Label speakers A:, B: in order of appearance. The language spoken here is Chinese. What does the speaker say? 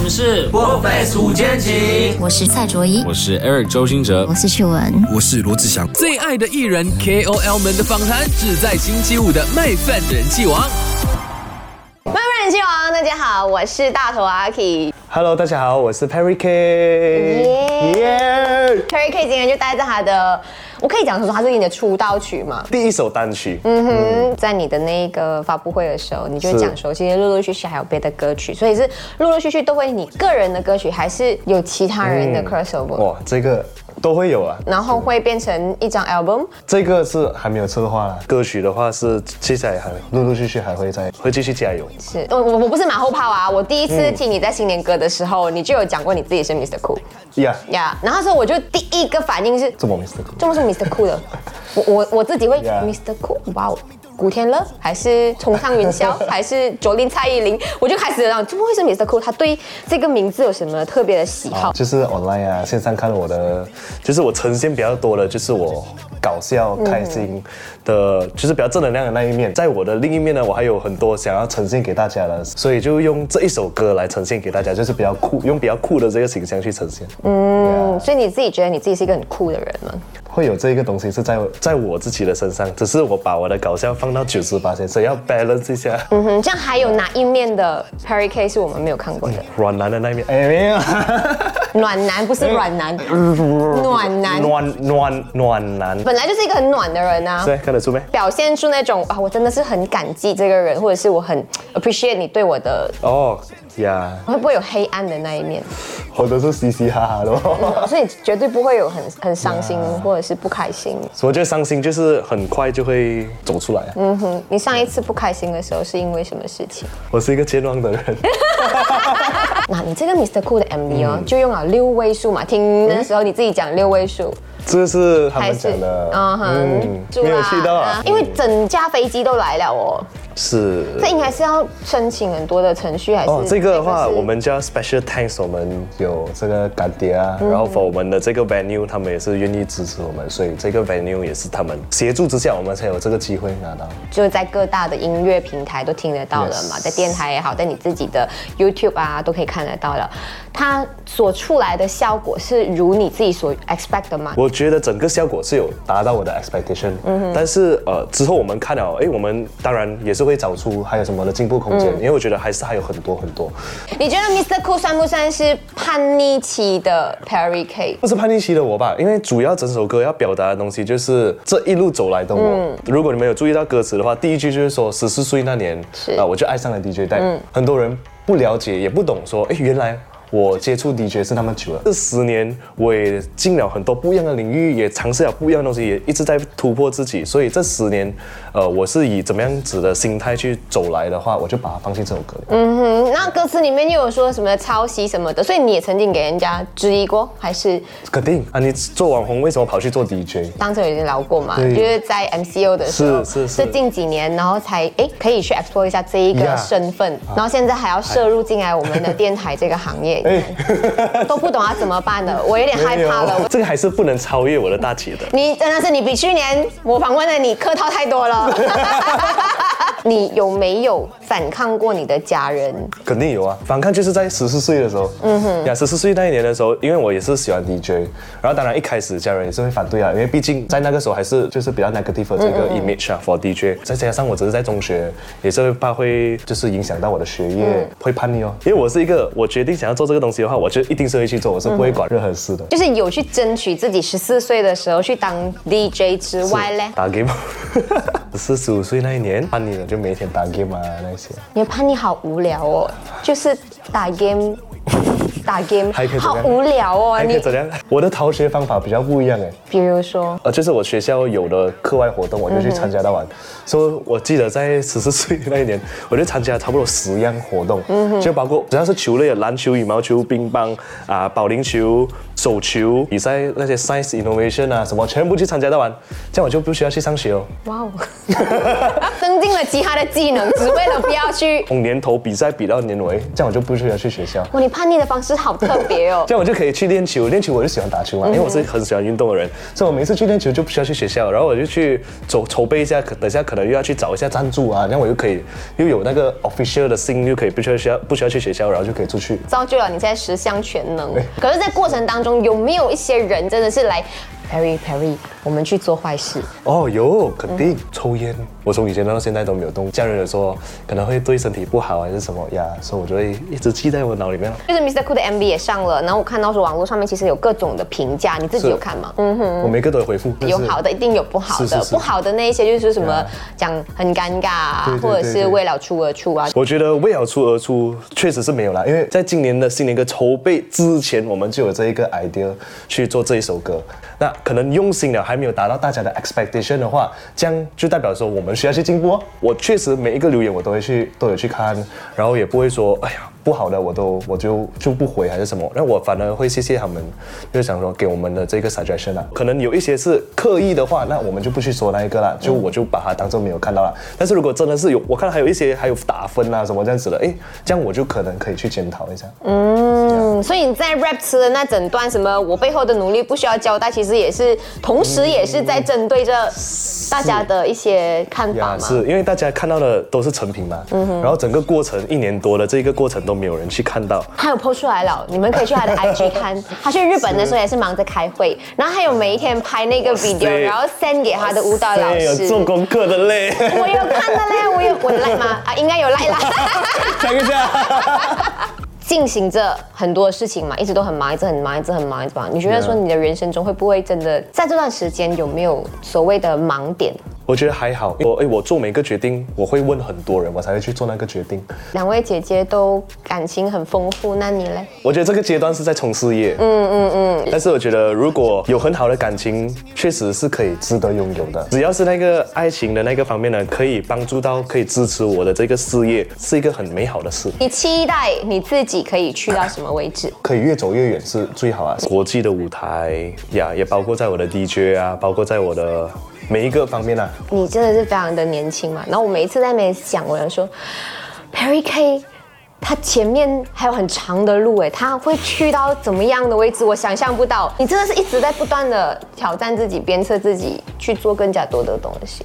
A: 们是
B: 破费五千集，
C: 我是蔡卓宜，
D: 我是 Eric 周兴哲
C: 我，是曲文。
E: 我是罗志祥。
F: 最爱的艺人 KOL 们的访谈，只在星期五的《麦饭人气王》。
G: 慢慢人气王，大家好，我是大头阿 K。
H: Hello，大家好，我是 Perry K。
G: 耶
H: 耶
G: Perry K 今天就待在他的，我可以讲说他是你的出道曲嘛？
H: 第一首单曲，
G: 嗯哼，在你的那个发布会的时候，你就讲说，其实陆陆续续还有别的歌曲，所以是陆陆续续都会你个人的歌曲，还是有其他人的 crossover，、
H: 哇，这个都会有啊。
G: 然后会变成一张 album。
H: 这个是还没有策划啦，歌曲的话是接下来还陆陆续续还会再会继续加油。
G: 是我我我不是马后炮啊，我第一次听你在新年歌的时候，你就有讲过你自己是 Mr. Cool
H: 呀、
G: 呀、然后说我就第一个反应是
H: 这么 Mr. Cool
G: 这么是 Mr. Cool 的，我我我自己会
H: Yeah
G: Mr. Cool，哇哦。古天乐还是冲上云霄，还是卓林蔡依林，我就开始让怎么会是 Mr. Cool？他对这个名字有什么特别的喜好？
H: 就是 online 啊，线上看我的，就是我呈现比较多的，就是我搞笑、开心的，
G: 嗯
H: 就是比较正能量的那一面。在我的另一面呢，我还有很多想要呈现给大家的，所以就用这一首歌来呈现给大家，就是比较酷，用比较酷的这个形象去呈现。嗯
G: 所以你自己觉得你自己是一个很酷的人吗？
H: 会有这个东西是在在我自己的身上，只是我把我的搞笑放到九十八所以要 balance 一下。
G: 嗯哼，这样还有哪一面的 Perry K 是我们没有看过的？
H: 软男的那一面，哎没有，嗯
G: 暖男不是软男， 暖男
H: 暖暖暖男，
G: 本来就是一个很暖的人啊。
H: 对，看得出没？
G: 表现出那种啊，我真的是很感激这个人，或者是我很 appreciate 你对我的，
H: 哦呀，
G: 会不会有黑暗的那一面？
H: 我都是嘻嘻哈哈的 哦。
G: 所以绝对不会有很很伤心或者是不开心。
H: 我觉得伤心就是很快就会走出来。嗯，
G: 嗯，你上一次不开心的时候是因为什么事情？啊
H: 我是一个健忘的人，
G: 那你这个 Mr. Cool 的 MV
H: 嗯
G: 哦，就用了六位数嘛，听那时候你自己讲六位数，
H: 这是他们讲的。
G: 嗯哼，祝啦
H: 没有去到啊嗯
G: 因为整架飞机都来了哦，
H: 是。
G: 这应该是要申请很多的程序还是？
H: 哦，这个的话，
G: 是
H: 我们叫 special thanks，我们有这个干爹啊，然后 for 我们的这个 venue，他们也是愿意支持我们，所以这个 venue 也是他们协助之下，我们才有这个机会拿到。
G: 就在各大的音乐平台都听得到了嘛，
H: Yes
G: 在电台也好，在你自己的 YouTube 啊都可以看得到了。它所出来的效果是如你自己所 expect 的吗？
H: 我觉得整个效果是有达到我的 expectation，、但是呃之后我们看了，哎，我们当然也是会找出还有什么的进步空间，因为我觉得还是还有很多很多。
G: 你觉得 Mr. Cool 算不算是叛逆期的 Perry K？
H: 不是叛逆期的我吧？因为主要整首歌要表达的东西就是这一路走来的我。如果你们有注意到歌词的话，第一句就是说十四岁那年，啊、我就爱上了 DJ 带。很多人不了解，也不懂说，哎，原来。我接触 DJ 是那么久了，这十年我也进了很多不一样的领域，也尝试了不一样的东西，也一直在突破自己。所以这十年，呃，我是以怎么样子的心态去走来的话，我就把它放进这首歌里。
G: 嗯，那歌词里面又有说什么抄袭什么的，所以你也曾经给人家质疑过，还是
H: 肯定啊，你做网红为什么跑去做 DJ？
G: 当时有已经聊过嘛？
H: 对
G: 就是在 MCO 的时候，
H: 是是是
G: 就近几年，然后才哎可以去 explore 一下这一个
H: Yeah
G: 身份然后现在还要摄入进来我们的电台这个行业，
H: 哎、
G: 都不懂要怎么办 了，我有点害怕
H: 没有
G: 了。
H: 这个还是不能超越我的大姐的。
G: 你真的是你比去年我访问的你客套太多 了。你有没有反抗过你的家人？
H: 肯定有啊，反抗就是在十四岁的时候，嗯哼，呀，十四岁那一年的时候，因为我也是喜欢 DJ，然后当然一开始家人也是会反对啊，因为毕竟在那个时候还是就是比较 negative 的这个 image 啊 for DJ，再加上我只是在中学，也是会怕会就是影响到我的学业，会叛逆哦，因为我是一个我决定想要做这个东西的话，我就一定是会去做，我是不会管任何事的。
G: 就是有去争取自己十四岁的时候去当 DJ 之外嘞，
H: 打 game，四十五岁那一年叛逆了，就每天打 game 啊那些。
G: 你的叛逆好无聊哦，就是打 game。打 game
H: 还可以怎
G: 好
H: 样
G: 无聊哦，
H: 还可以
G: 你
H: 怎样？我的逃学方法比较不一样哎，
G: 比如说，
H: 呃，就是我学校有的课外活动，我就去参加到完。所以我记得在十四岁那一年，我就参加差不多十样活动，就包括只要是球类的，篮球、羽毛球、乒乓啊、保龄球、手球比赛那些 science innovation 啊什么，全部去参加到完，这样我就不需要去上学哦。
G: 哇哦，增进了其他的技能，只为了不要去
H: 从年头比赛比到年尾，这样我就不需要去学校。
G: 哇，你叛逆的的方式好特别哦
H: 这。样我就可以去练球，练球我就喜欢打
G: 嗯
H: 球嘛，因为我是很喜欢运动的人，所以我每次去练球就不需要去学校，然后我就去筹筹备一下，可等一下可能又要去找一下赞助啊，这样我又可以又有那个 official 的信，又可以不需要学校不需要去学校，然后就可以出去。
G: 造就了你在十项全能。可是，在过程当中，有没有一些人真的是来 Perry Perry，我们去做坏事？
H: 哦，有肯定、抽烟，我从以前到现在都没有动。家人有说可能会对身体不好还是什么呀，所以我就会一直记在我脑里面。
G: 就是 Mr. Cool 的 MV 也上了，然后我看到说网络上面其实有各种的评价，你自己
H: 是
G: 有看吗？嗯，
H: 我每个都有回复，但
G: 有
H: 是
G: 好的，一定有不好的，
H: 是是是
G: 不好的那一些就是什么
H: Yeah
G: 讲很尴尬啊
H: 对对，对
G: 或者是
H: 对
G: 为了出而出啊。
H: 我觉得为了出而出确实是没有啦，因为在今年的新年歌筹备之前，我们就有这一个 idea 去做这一首歌。那可能用心了还没有达到大家的 expectation 的话，这样就代表说我们需要去进步哦。我确实每一个留言我都会去都有去看，然后也不会说哎呀不好的我都我就就不回还是什么，那我反而会谢谢他们，就是想说给我们的这个 suggestion 啊，可能有一些是刻意的话，那我们就不去说那一个
G: 嗯
H: 啦，就我就把它当做没有看到啦。但是如果真的是有，我看还有一些还有打分啊什么这样子的，诶，这样我就可能可以去检讨一下。
G: 嗯，所以你在 rap 词的那整段什么我背后的努力不需要交代，其实也是同时也是在针对着大家的一些看法
H: 呀，
G: 嘛。嗯
H: 是啊因为大家看到的都是成品嘛，然后整个过程一年多的这个过程都没有人去看到，
G: 他有 PO 出来 了，你们可以去他的 IG 看。他去日本的时候也是忙着开会，然后他有每一天拍那个 video，然后 send 给他的舞蹈啊老
H: 对，有
G: 师。
H: 哎做功课的嘞，
G: 我有看的嘞，我有我赖吗？啊，应该有赖啦。
H: 讲一下。
G: 进行着很多事情嘛，一直都很忙，一直很忙，一直很忙，一直忙。你觉得
H: Yeah
G: 说你的人生中会不会真的在这段时间有没有所谓的盲点？
H: 我觉得还好，我哎，我做每个决定，我会问很多人，我才会去做那个决定。
G: 两位姐姐都感情很丰富，那你嘞？
H: 我觉得这个阶段是在冲事业，嗯嗯嗯。但是我觉得如果有很好的感情，确实是可以值得拥有的。只要是那个爱情的那个方面呢，可以帮助到，可以支持我的这个事业，是一个很美好的事。
G: 你期待你自己可以去到什么位置？
H: 可以越走越远是最好啊！国际的舞台呀，也包括在我的 DJ 啊，包括在我的每一个方面啊。
G: 你真的是非常的年轻嘛。然后我每一次在那边想，我想说，Perry K，他前面还有很长的路哎，他会去到怎么样的位置，我想象不到。你真的是一直在不断的挑战自己，鞭策自己去做更加多的东西。